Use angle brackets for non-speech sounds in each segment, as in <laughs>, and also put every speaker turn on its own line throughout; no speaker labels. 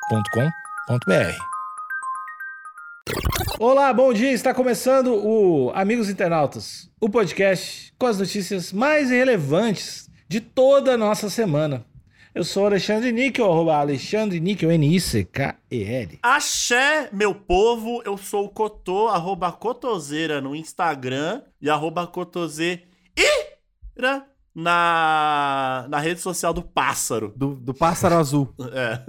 agenciadepodcast.com.br.
Olá, bom dia. Está começando o Amigos Internautas, o podcast com as notícias mais relevantes de toda a nossa semana. Eu sou Alexandre Níquel, arroba Alexandre Níquel, N-I-C-K-E-L.
Axé, meu povo, eu sou o Cotô, arroba Cotoseira no Instagram e arroba Cotoseira na, na rede social do pássaro.
Do, do pássaro azul.
É.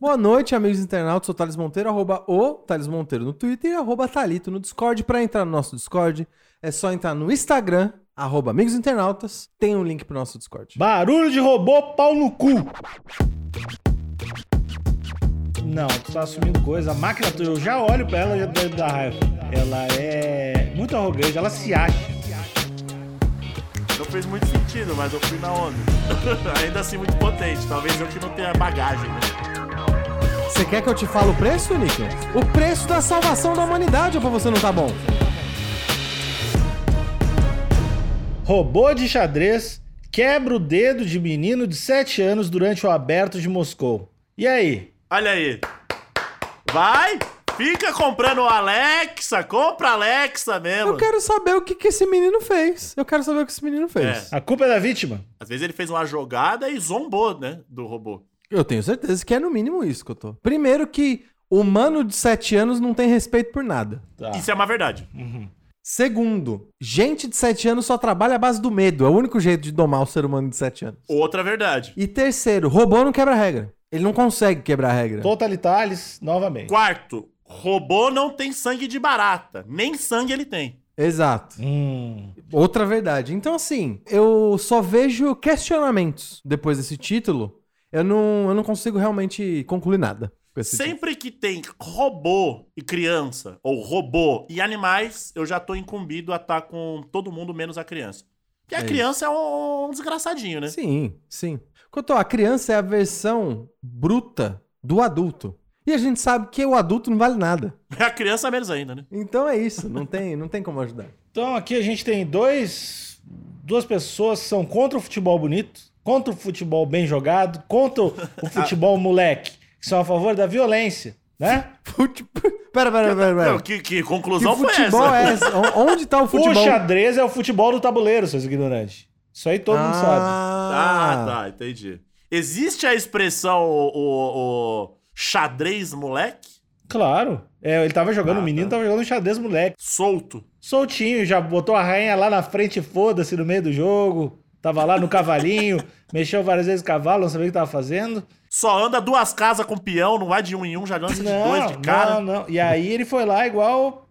Boa noite, amigos internautas. Sou o Thales Monteiro, arroba o Thales Monteiro no Twitter e arroba Thalito no Discord. Pra entrar no nosso Discord, é só entrar no Instagram, arroba amigos internautas. Tem um link pro nosso Discord.
Barulho de robô, pau no cu. Não, tu tá assumindo coisa. A máquina, tu- eu já olho pra ela e já tô da raiva. Ela é muito arrogante, ela se acha.
Não fez muito sentido, mas eu fui na onda. <laughs> Ainda assim, muito potente. Talvez eu que não tenha bagagem. Né?
Você quer que eu te fale o preço, Nico? O preço da salvação da humanidade, ou pra você não tá bom?
Robô de xadrez quebra o dedo de menino de 7 anos durante o aberto de Moscou. E aí?
Olha aí. Vai! Fica comprando o Alexa, compra a Alexa mesmo.
Eu quero saber o que, que esse menino fez. Eu quero saber o que esse menino fez.
A culpa é da vítima?
Às vezes ele fez uma jogada e zombou, né? Do robô.
Eu tenho certeza que é no mínimo isso que eu tô. Primeiro que um humano de 7 anos não tem respeito por nada.
Tá.
Isso é uma verdade.
Segundo, gente de 7 anos só trabalha à base do medo. É o único jeito de domar o ser humano de 7 anos.
Outra verdade.
E terceiro, robô não quebra regra. Ele não consegue quebrar regra.
Totalitalis, novamente.
Quarto, robô não tem sangue de barata. Nem sangue ele tem.
Exato.
Hum.
Outra verdade. Então, assim, eu só vejo questionamentos depois desse título. Eu não, eu não consigo realmente concluir nada com esse título.
Sempre que tem robô e criança, ou robô e animais, eu já tô incumbido a estar com todo mundo menos a criança. Porque a
É
criança é um, um desgraçadinho, né?
Sim, sim. Cotô, a criança é a versão bruta do adulto. E a gente sabe que o adulto não vale nada.
A criança menos ainda, né?
Então é isso. Não tem, não tem
<laughs>
como ajudar.
Então aqui a gente tem dois, duas pessoas que são contra o futebol bonito, contra o futebol bem jogado, contra
<laughs>
o futebol moleque, que são a favor da violência, né?
Fute... Pera, pera, pera,
Não,
pera.
que, que
Que
conclusão foi
futebol
essa?
é esse? O- Onde tá o futebol?
O xadrez é o futebol do tabuleiro, seus ignorantes. Isso aí todo mundo sabe.
<laughs> Ah, tá, entendi. Existe a expressão o, o- o xadrez moleque?
Claro. É, ele tava jogando,
Ah,
o menino
tá.
tava jogando xadrez moleque.
Solto.
Soltinho, já botou a rainha lá na frente, foda-se, no meio do jogo. Tava lá no
<laughs>
cavalinho, mexeu várias vezes o cavalo, não sabia o que tava fazendo.
Só anda duas casas com peão, não vai de um em um, já lança de dois de cara.
Não, não. E aí ele foi lá igual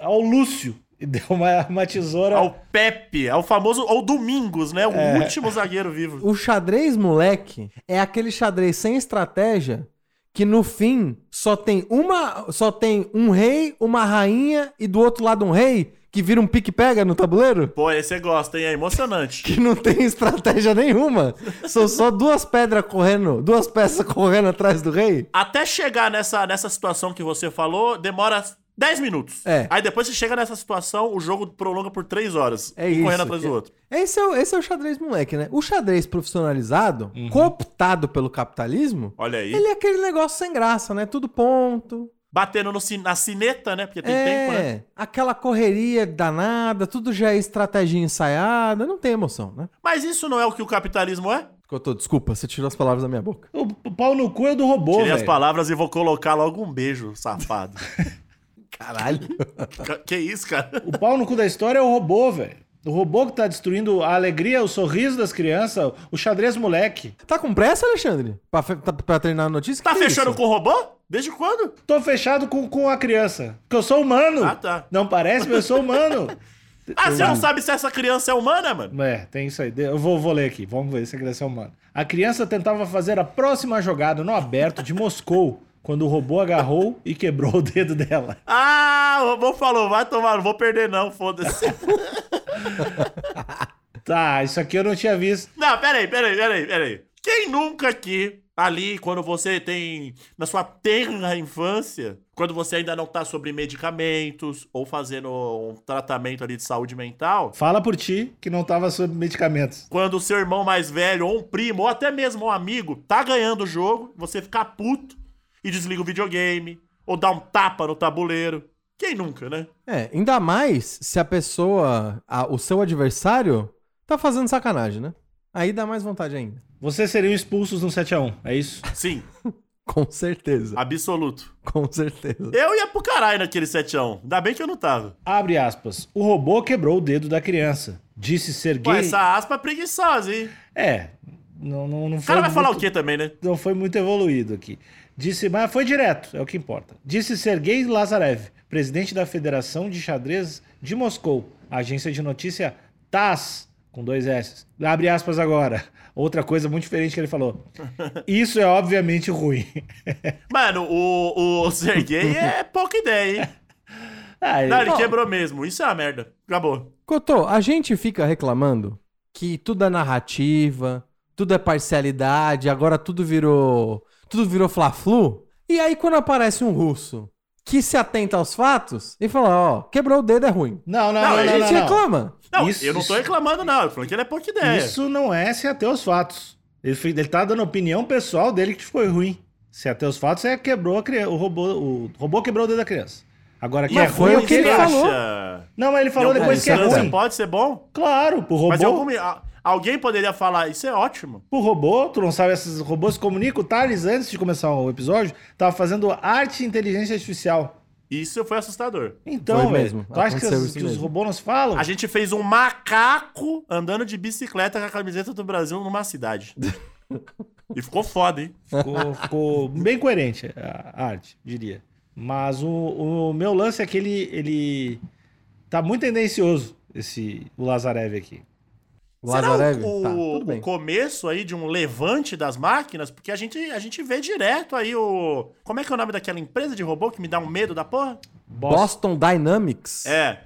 ao Lúcio e deu uma, uma tesoura.
Ao Pepe, ao famoso. Ou Domingos, né? O
É.
último zagueiro vivo.
O xadrez moleque é aquele xadrez sem estratégia que no fim só tem uma, só tem um rei, uma rainha e do outro lado um rei que vira um pique pega no tabuleiro
Pô, esse você gosta, hein? É emocionante.
que não tem <laughs> estratégia nenhuma. São só duas pedras correndo, duas peças correndo atrás do rei.
Até chegar nessa, nessa situação que você falou, demora 10 minutos.
É.
Aí depois você chega nessa situação, o jogo prolonga por 3 horas.
É
um
isso.
Correndo atrás do outro.
Esse é, o, esse é o xadrez moleque, né? O xadrez profissionalizado,
Uhum.
cooptado pelo capitalismo,
Olha aí.
ele é aquele negócio sem graça, né? Tudo ponto,
Batendo no, cin- na cineta, né? Porque tem
é,
tempo, né?
aquela correria danada, tudo já é estratégia ensaiada, não tem emoção, né?
Mas isso não é o que o capitalismo é?
Cotô, desculpa, você tirou as palavras da minha boca.
O pau no cu é do robô,
Tirei as
velho.
palavras e vou colocar logo um beijo,
<laughs>
safado.
Caralho.
Ca- que isso, cara?
O pau no cu da história é o robô, velho. O robô que tá destruindo a alegria, o sorriso das crianças, o xadrez moleque.
<laughs> tá com pressa, Alexandre? Pra, fe- tá- pra treinar a notícia?
Tá
Que que é
fechando
isso?
com o robô? Desde quando?
Tô fechado com, com a criança. Porque eu sou humano.
Ah, tá.
Não parece, mas eu sou humano.
<laughs> Ah, você não sabe se essa criança é humana, mano?
É, tem isso aí. De- Eu vou, vou ler aqui. Vamos ver se a criança é humana. A criança tentava fazer a próxima jogada no aberto de Moscou, quando o robô agarrou e quebrou o dedo dela.
Ah, o robô falou, vai tomar, não vou perder não, foda-se.
Tá, isso aqui eu não tinha visto.
não, peraí, peraí, peraí, peraí. Quem nunca aqui, ali, quando você tem, na sua terra infância, quando você ainda não tá sobre medicamentos ou fazendo um tratamento ali de saúde mental,
Fala por ti que não tava sob medicamentos.
quando o seu irmão mais velho, ou um primo, ou até mesmo um amigo, tá ganhando o jogo, você fica puto e desliga o videogame, ou dá um tapa no tabuleiro. Quem nunca, né?
É, ainda mais se a pessoa, a- o seu adversário, tá fazendo sacanagem, né? Aí dá mais vontade ainda.
Vocês seriam expulsos no 7x1, é isso?
Sim,
Com certeza.
absoluto.
Com certeza.
Eu ia pro caralho naquele 7x1. Ainda bem que eu não tava.
Abre aspas. O robô quebrou o dedo da criança. Disse ser
Pô,
gay.
essa aspa é preguiçosa, hein?
É. Não, não, não
O
foi
cara vai falar
muito-
o quê também, né?
não foi muito evoluído aqui. Disse, mas foi direto, é o que importa. Disse Sergei Lazarev, presidente da Federação de Xadrez de Moscou, agência de notícia TASS, com dois S. Abre aspas agora. Outra coisa muito diferente que ele <laughs> falou. Isso é obviamente ruim.
Mano, o, o Sergei é pouca
<laughs>
ideia, hein?
<laughs> Ah, ele-
Não, ele
Bom.
quebrou mesmo. Isso é uma merda. Acabou.
Cotô, a gente fica reclamando que tudo é narrativa, tudo é parcialidade, agora tudo virou. Tudo virou fla-flu. E aí, quando aparece um russo que se atenta aos fatos e fala, ó, quebrou o dedo é ruim.
não, não,
Não,
não,
a
não,
gente
não, não.
reclama.
Não,
Isso-
eu não tô
isso-
reclamando, não. Eu tô falando que ele é pouca ideia.
Isso não é se até os fatos. Ele, fi- ele tá dando opinião pessoal dele que foi ruim. Se até os fatos é quebrou a criança, o robô, o robô quebrou o dedo da criança. Agora que
Mas
é
foi
ruim
o que ele
acha.
falou.
Não, mas ele falou
alguma
depois que é
instância,
ruim.
Pode ser bom?
Claro, pro robô,
Mas em algum- a- alguém poderia falar, isso é ótimo.
pro robô, tu não sabe, esses robôs se comunicam. O Thales, antes de começar o episódio, tava fazendo arte e inteligência artificial.
Isso foi assustador.
Então,
Foi
velho,
mesmo,
tu acha que,
aconteceu
as-
isso
que os
mesmo.
robôs não se falam?
A gente fez um macaco andando de bicicleta com a camiseta do Brasil
<laughs>
numa cidade. e ficou foda, hein?
Ficou, ficou bem coerente a arte, diria. Mas o, o meu lance é que ele, ele tá muito tendencioso, esse o Lazarev aqui.
Lazarev,
Será o,
tá,
o-
tudo bem.
o começo aí de um levante das máquinas? Porque a gente, a gente vê direto aí o... Como é que é o nome daquela empresa de robô que me dá um medo da porra?
Boston Dynamics.
É.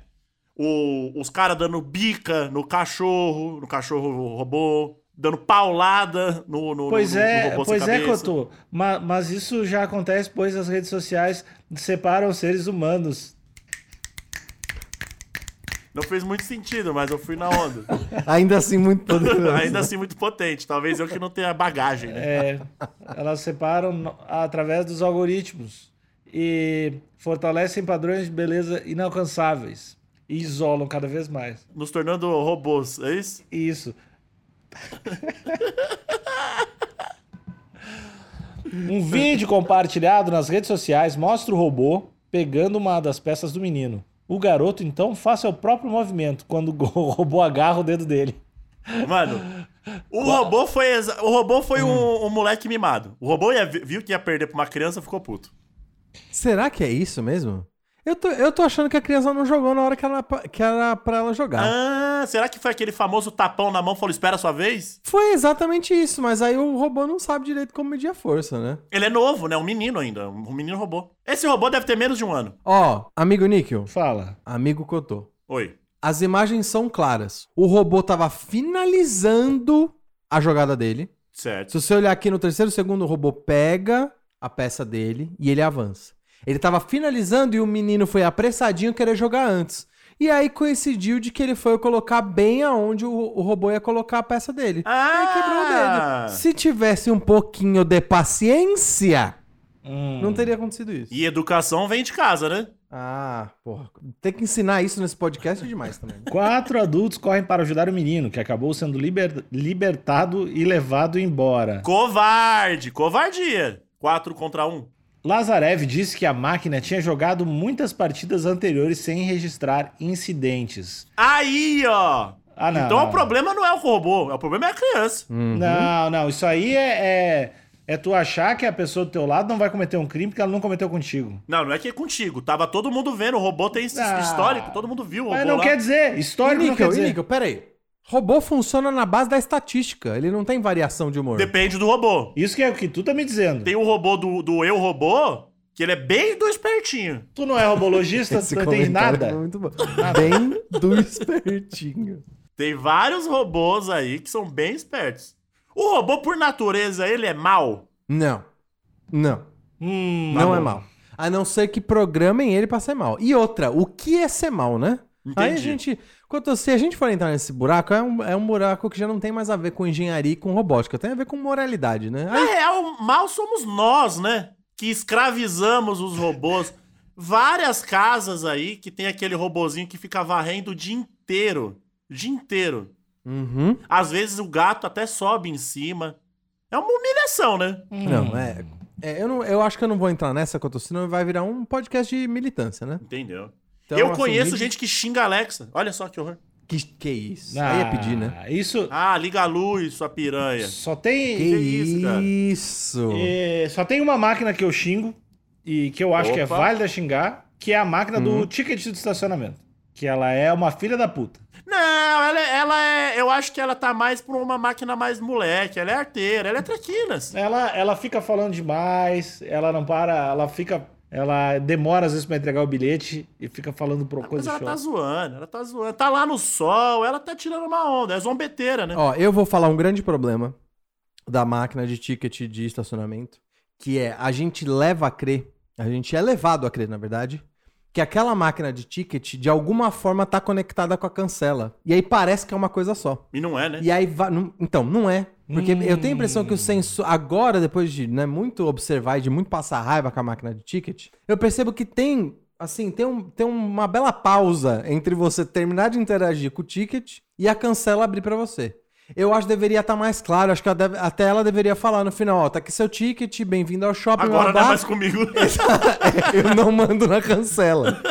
O- os caras dando bica no cachorro, no cachorro robô, dando paulada no, no,
Pois
no- no
é,
robô sem
pois é,
cabeça.
Cotô. Mas, mas isso já acontece, pois as redes sociais separam os seres humanos.
Não fez muito sentido, mas eu fui na
<laughs>
onda.
Ainda assim, muito poderoso.
<laughs> Ainda assim, muito potente. Talvez eu que não tenha bagagem, né?
É, elas separam no- através dos algoritmos e fortalecem padrões de beleza inalcançáveis e isolam cada vez mais.
Nos tornando robôs, é isso?
Isso. um vídeo compartilhado nas redes sociais mostra o robô pegando uma das peças do menino. O garoto então faz seu próprio movimento quando <laughs> o robô agarra o dedo dele.
Mano, o robô foi, exa- o robô foi um, um moleque mimado. O robô ia- viu que ia perder pra uma criança ficou puto. assim.
Será que é isso mesmo? Eu tô, eu tô achando que a criança não jogou na hora que, ela, que era pra ela jogar.
Ah, será que foi aquele famoso tapão na mão falou, espera a sua vez?
Foi exatamente isso, mas aí o robô não sabe direito como medir a força, né?
Ele é novo, né? Um menino ainda, um menino robô. Esse robô deve ter menos de um ano.
Ó, amigo Níquel,
Fala.
amigo Cotô,
Oi.
as imagens são claras. O robô tava finalizando a jogada dele.
Certo.
Se você olhar aqui no terceiro segundo, o robô pega a peça dele e ele avança. Ele tava finalizando e o menino foi apressadinho querer jogar antes. E aí coincidiu de que ele foi colocar bem aonde o, o robô ia colocar a peça dele. E aí quebrou
Ah!
o dedo. Se tivesse um pouquinho de paciência,
Hum.
não teria acontecido isso.
E educação vem de casa, né?
Ah, porra. Ter que ensinar isso nesse podcast é demais também.
Quatro adultos correm para ajudar o menino, que acabou sendo liber- libertado e levado embora.
Covarde, covardia. Quatro contra um.
Lazarev disse que a máquina tinha jogado muitas partidas anteriores sem registrar incidentes.
Aí, ó.
Ah, não. não,
então
um
o
não.
problema não é o robô, o problema é a criança.
Uhum.
Não, não, isso aí é, é, é tu achar que a pessoa do teu lado não vai cometer um crime porque ela não cometeu contigo.
Não, não é que é contigo. Tava todo mundo vendo, o robô tem esse
Ah.
histórico, todo mundo viu o robô.
Mas não
lá.
quer dizer, <laughs> histórico
e
não quer
Níquel, e
dizer.
Níquel, peraí. Robô funciona na base da estatística. Ele não tem variação de humor.
Depende do robô.
Isso que é o que tu tá me dizendo.
Tem o robô do, do eu robô, que ele é bem do espertinho.
Tu não é robologista, tu
<laughs> Esse
não entende
comentário
nada.
foi muito bom. Bem do espertinho.
Tem vários robôs aí que são bem espertos. O robô, por natureza, ele é mal.
Não. Não.
Hum,
Não é
amor.
mal. A não ser que programem ele pra ser mal. E outra, o que é ser mal, né? Aí a
Entendi.
gente. Quanto, se a gente for entrar nesse buraco, é um, é um buraco que já não tem mais a ver com engenharia e com robótica. Tem a ver com moralidade, né?
Na
Aí-
real, mal somos nós, né? Que escravizamos os robôs. Várias casas aí que tem aquele robozinho que fica varrendo o dia inteiro. O dia inteiro.
É.
Uhum.
Às vezes o gato até sobe em cima. É uma humilhação, né?
Hum.
Não, é. é, eu, não- eu acho que eu não vou entrar nessa, Cotô, senão vai virar um podcast de militância, né?
Entendeu?
Então,
eu
assim,
conheço
mili-
gente que xinga a Alexa. Olha só que horror.
Que, que isso?
Ah,
Aí é pedir, né?
Isso
Ah, liga a luz, sua
Ah, é.
piranha.
só
Que,
tem.
Que isso, cara?
isso?
é, só tem uma máquina que eu xingo e que eu acho que é
Opa.
válida xingar, que é a máquina do
Uhum.
ticket de estacionamento. Que ela é uma filha da puta.
Não, ela, é- ela é. Eu acho que ela tá mais por uma máquina mais moleque. Ela é arteira, ela é traquinas.
Ela, ela fica falando demais, ela não para, ela fica. Ela demora às vezes pra entregar o bilhete e fica falando por
Mas
É, coisa
ela tá
chata.
zoando, ela tá zoando. Tá lá no sol, ela tá tirando uma onda. É zombeteira, né?
Ó, eu vou falar um grande problema da máquina de ticket de estacionamento, que é a gente leva a crer, a gente é levado a crer, na verdade, que aquela máquina de ticket de alguma forma tá conectada com a cancela. E aí parece que é uma coisa só.
E não é, né?
E aí vai. não- então, não é. Porque
Hum.
eu tenho a impressão que o sensor. Agora, depois de né, muito observar e de muito passar raiva com a máquina de ticket, eu percebo que tem. Assim, tem, um, tem uma bela pausa entre você terminar de interagir com o ticket e a cancela abrir pra você. Eu acho que deveria estar mais claro. Acho que ela deve- até ela deveria falar no final: ó, tá aqui seu ticket, bem-vindo ao shopping.
Agora não é
babá.
<laughs>
mais comigo.
<laughs> eu não mando na cancela.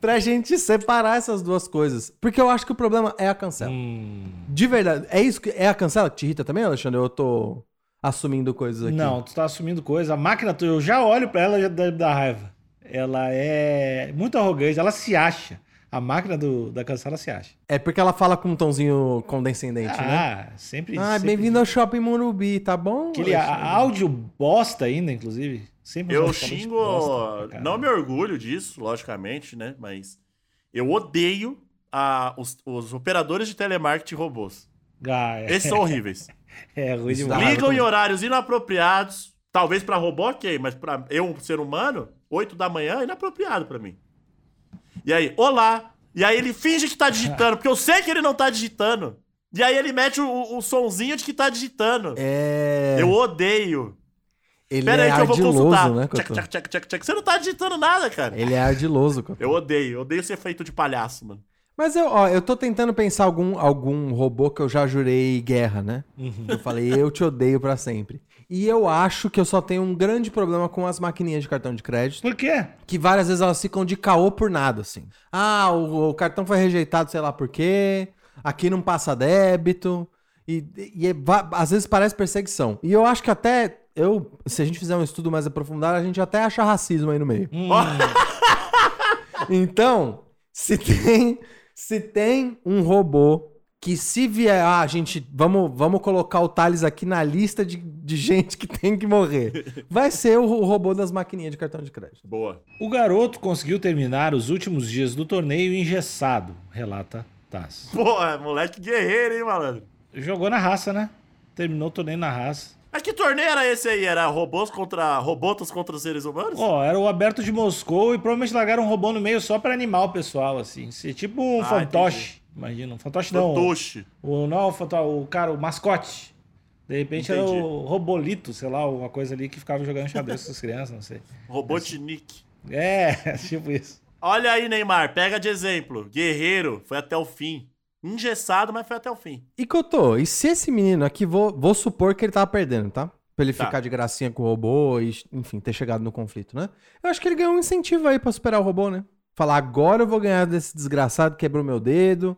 pra gente separar essas duas coisas. Porque eu acho que o problema é a cancela.
Hum.
De verdade. É isso que é a cancela que te irrita também, Alexandre? Eu tô assumindo coisas aqui.
Não, tu tá assumindo coisa. A máquina, tu- eu já olho pra ela e já dá, dá raiva. Ela é muito arrogante, ela se acha. A máquina do, da cancela se acha.
É porque ela fala com um tomzinho condescendente, né?
Ah, sempre
Ah,
sempre
bem-vindo ao Shopping Morumbi, tá bom?
Aquele a-
Alexandre?
áudio bosta ainda, inclusive. Sempre
Eu
um áudio
xingo.
bosta pra caralho.
Não me orgulho disso, logicamente, né? Mas eu odeio a- os, os operadores de telemarketing robôs.
Ah, é, <laughs>
Esses são horríveis.
é ruim
Isso
demais.
raiva
Ligam em
também.
horários inapropriados. Talvez pra robô, ok, mas pra eu, ser humano, 8 da manhã é inapropriado pra mim. E aí, olá. E aí ele finge que tá digitando, porque eu sei que ele não tá digitando. E aí ele mete o, o sonzinho de que tá digitando.
É.
Eu odeio.
Ele
Pera
é
aí que eu vou
ardiloso,
consultar.
né,
check,
Cotô?
check, check, check, check. Você não tá digitando nada, cara.
Ele é ardiloso, Cotô.
Eu odeio, eu odeio ser feito de palhaço, mano.
Mas eu, ó, eu tô tentando pensar algum, algum robô que eu já jurei guerra, né? Eu falei, eu te odeio pra sempre. E eu acho que eu só tenho um grande problema com as maquininhas de cartão de crédito,
Por quê?
que várias vezes elas ficam de caô por nada, assim. Ah, o, o cartão foi rejeitado, sei lá por quê. Aqui não passa débito. E, e é va- às vezes parece perseguição. E eu acho que até. Eu, se a gente fizer um estudo mais aprofundado, a gente até acha racismo aí no meio. Então, se tem, se tem um robô que se vier, ah, gente, vamos, vamos colocar o Thales aqui na lista de, de gente que tem que morrer. Vai ser o, o robô das maquininhas de cartão de crédito.
Boa.
O garoto conseguiu terminar os últimos dias do torneio engessado, relata Taz.
Pô, é moleque guerreiro, hein, malandro.
Jogou na raça, né? Terminou o torneio na raça.
Mas que torneio era esse aí? Era robôs contra. robotas contra seres humanos?
Ó, era o aberto de Moscou e provavelmente largaram um robô no meio só pra animar o pessoal, assim. Ser tipo um
Ah,
fantoche. Imagina, um fantoche não.
Fantoche.
O, não, o, fanto- o cara, o mascote. De repente
Entendi.
era o Robolito, sei lá, uma coisa ali que ficava jogando xadrez com as crianças, não sei.
Robotnik.
É, <laughs> tipo isso.
Olha aí, Neymar, pega de exemplo. Guerreiro, foi até o fim. Engessado, mas foi até o fim.
E Cotô, e se esse menino aqui, vou, vou supor que ele tava perdendo, tá? Pra ele
Tá.
ficar de gracinha com o robô e, enfim, ter chegado no conflito, né? Eu acho que ele ganhou um incentivo aí pra superar o robô, né? Falar, agora eu vou ganhar desse desgraçado que quebrou meu dedo,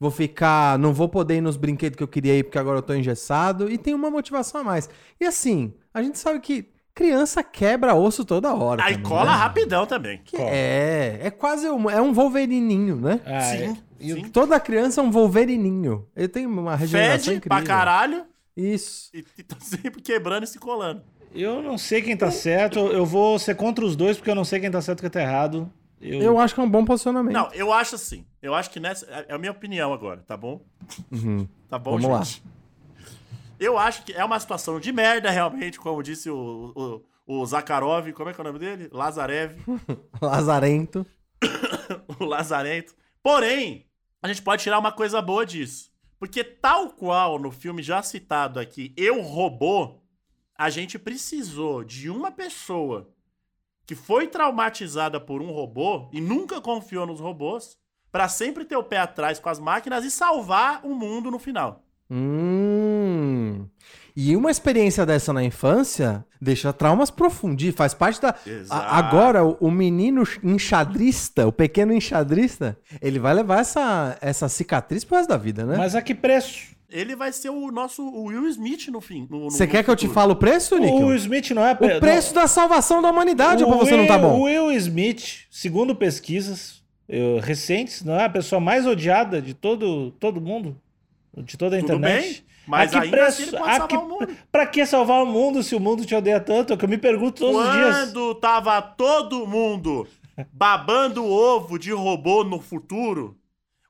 vou ficar, não vou poder ir nos brinquedos que eu queria ir porque agora eu tô engessado, e tem uma motivação a mais. E assim, a gente sabe que criança quebra osso toda hora.
Aí
também,
cola
né?
rapidão também.
Que é, é quase um, é um wolverininho, né?
Ah,
sim,
e o-
sim.
Toda criança é um wolverininho. Ele tem uma regeneração
Fede
é incrível.
pra caralho
Isso.
e, e tá <laughs> sempre quebrando e se colando.
Eu não sei quem tá certo, eu vou ser contra os dois porque eu não sei quem tá certo e quem tá errado. Eu,
Eu acho que é um bom posicionamento.
Não, eu acho assim. é Eu acho que nessa. É a minha opinião agora, tá bom?
Uhum.
Tá bom,
Vamos lá.
gente? Eu acho que é uma situação de merda, realmente, como disse o, o, o Zakharov, como é que é o nome dele? Lazarev,
Lazarento.
<laughs> o Lazarento. Porém, a gente pode tirar uma coisa boa disso. Porque tal qual no filme já citado aqui, Eu Robô, a gente precisou de uma pessoa que foi traumatizada por um robô e nunca confiou nos robôs pra sempre ter o pé atrás com as máquinas e salvar o mundo no final.
Hum. E uma experiência dessa na infância deixa traumas profundos. Faz parte da.
Exato.
A- agora, o- o menino enxadrista, o pequeno enxadrista, ele vai levar essa, essa cicatriz pro resto da vida, né?
Mas a que preço?
Ele vai ser o nosso o Will Smith no fim. no- no-
Você
no
quer que eu te
futuro.
fale o preço, Nick?
O Will
O,
Smith não é pre-
preço da salvação da humanidade pra você não tá
O
bom.
Will Smith, segundo pesquisas eh, recentes, não é a pessoa mais odiada de todo, todo mundo, de toda a
Tudo
internet.
bem, mas
a que
ainda assim ele
preço-
pode
a
salvar
que-
o mundo.
Pra que salvar o mundo se o mundo te odeia tanto? É o que eu me pergunto todos os dias.
Quando tava todo mundo babando ovo de robô no futuro,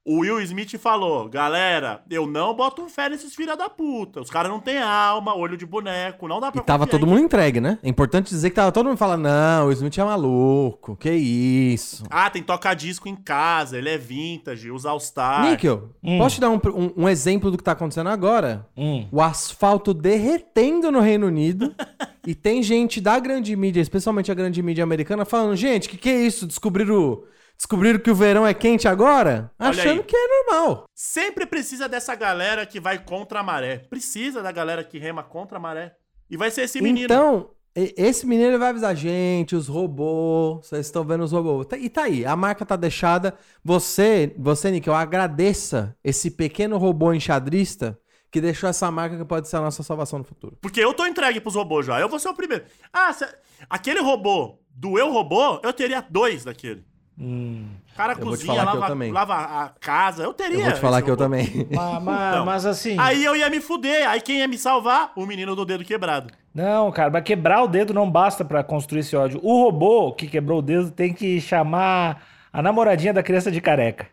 o Will Smith falou: galera, eu não boto fé nesses filha da puta. Os caras não têm alma, olho de boneco, não dá
E
pra
tava
confiar
todo
em
mundo entregue, né? É importante dizer que tava todo mundo falando: não, o Smith é maluco, que isso.
Ah, tem toca-disco em casa, ele é vintage, usa All-Star.
Níquel,
Hum.
posso te dar um, um- um exemplo do que tá acontecendo agora?
Hum.
O asfalto derretendo no
<laughs>
Reino Unido e tem gente da grande mídia, especialmente a grande mídia americana, falando: gente, que que é isso? Descobriram, descobriram que o verão é quente agora?
Olha
Achando
aí.
que é normal.
Sempre precisa dessa galera que vai contra a maré. Precisa da galera que rema contra a maré. E vai ser esse menino.
Então, e- esse menino ele vai avisar: gente, os robôs, vocês estão vendo os robôs. Tá- E tá aí, a marca tá deixada. Você, você, Níquel, agradeça esse pequeno robô enxadrista que deixou essa marca que pode ser a nossa salvação no futuro.
Porque eu tô entregue pros robôs já. Eu vou ser o primeiro. Ah, cê- aquele robô do eu robô, eu teria dois daquele.
Hum.
O cara
vou te
cozinha,
falar que eu
lava,
também.
lava a casa. Eu teria.
Eu vou te falar
esse
que eu
robô.
também.
Mas, mas-
<laughs> Então.
mas assim.
Aí eu ia me fuder. Aí quem ia me salvar? O menino do dedo quebrado.
Não, cara, mas quebrar o dedo não basta pra construir esse ódio. O robô que quebrou o dedo tem que chamar a namoradinha da criança de careca.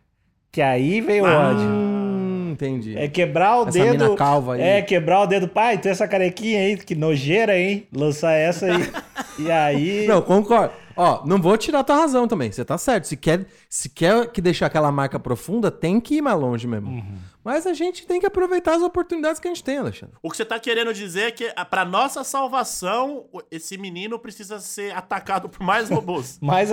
Que aí <laughs> veio o
Ah.
ódio.
Hum, Ah, entendi.
É quebrar o
Essa mina
dedo.
calva aí.
É quebrar o dedo. Pai, tu é essa carequinha aí, que nojeira, hein? Lançar essa
<laughs>
aí. e aí.
Não, concordo. Ó, não vou tirar tua razão também. Você tá certo. Se quer, se quer que deixar aquela marca profunda, tem que ir mais longe mesmo.
Uhum.
Mas a gente tem que aproveitar as oportunidades que a gente tem, Alexandre.
O que você tá querendo dizer é que, ah, pra nossa salvação, o- esse menino precisa ser atacado por mais
<laughs>
robôs.
Mais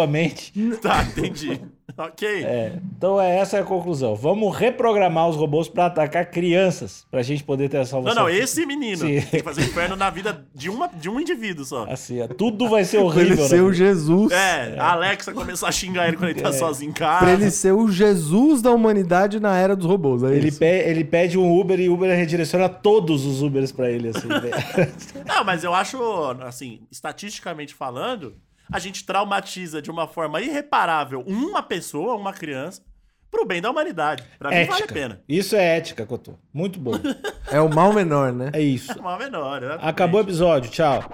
agressivamente.
tá, entendi. Ok.
É, então é essa é a conclusão. Vamos reprogramar os robôs pra atacar crianças, pra gente poder ter a
Não,
salvação.
não, esse menino.
Sim.
Tem que fazer inferno na vida de, uma, de um indivíduo
<laughs>
só.
Assim, é, tudo vai ser horrível.
pra ele
né?
ser o Jesus.
É, a Alexa começar a xingar ele quando ele tá sozinho em casa.
É. Pra ele ser o Jesus da humanidade na era dos robôs. É
Ele,
isso.
pe- ele pede um Uber e o Uber redireciona todos os Ubers pra ele, assim.
<laughs>
né?
Não, mas eu acho, assim, estatisticamente falando, a gente traumatiza de uma forma irreparável uma pessoa, uma criança, pro bem da humanidade. Pra mim vale a
É ética.
pena.
Isso é ética, Cotô.
<laughs>
Muito bom.
É o mal menor, né?
<laughs> É isso.
Uma menor, né?
Acabou o episódio. Tchau.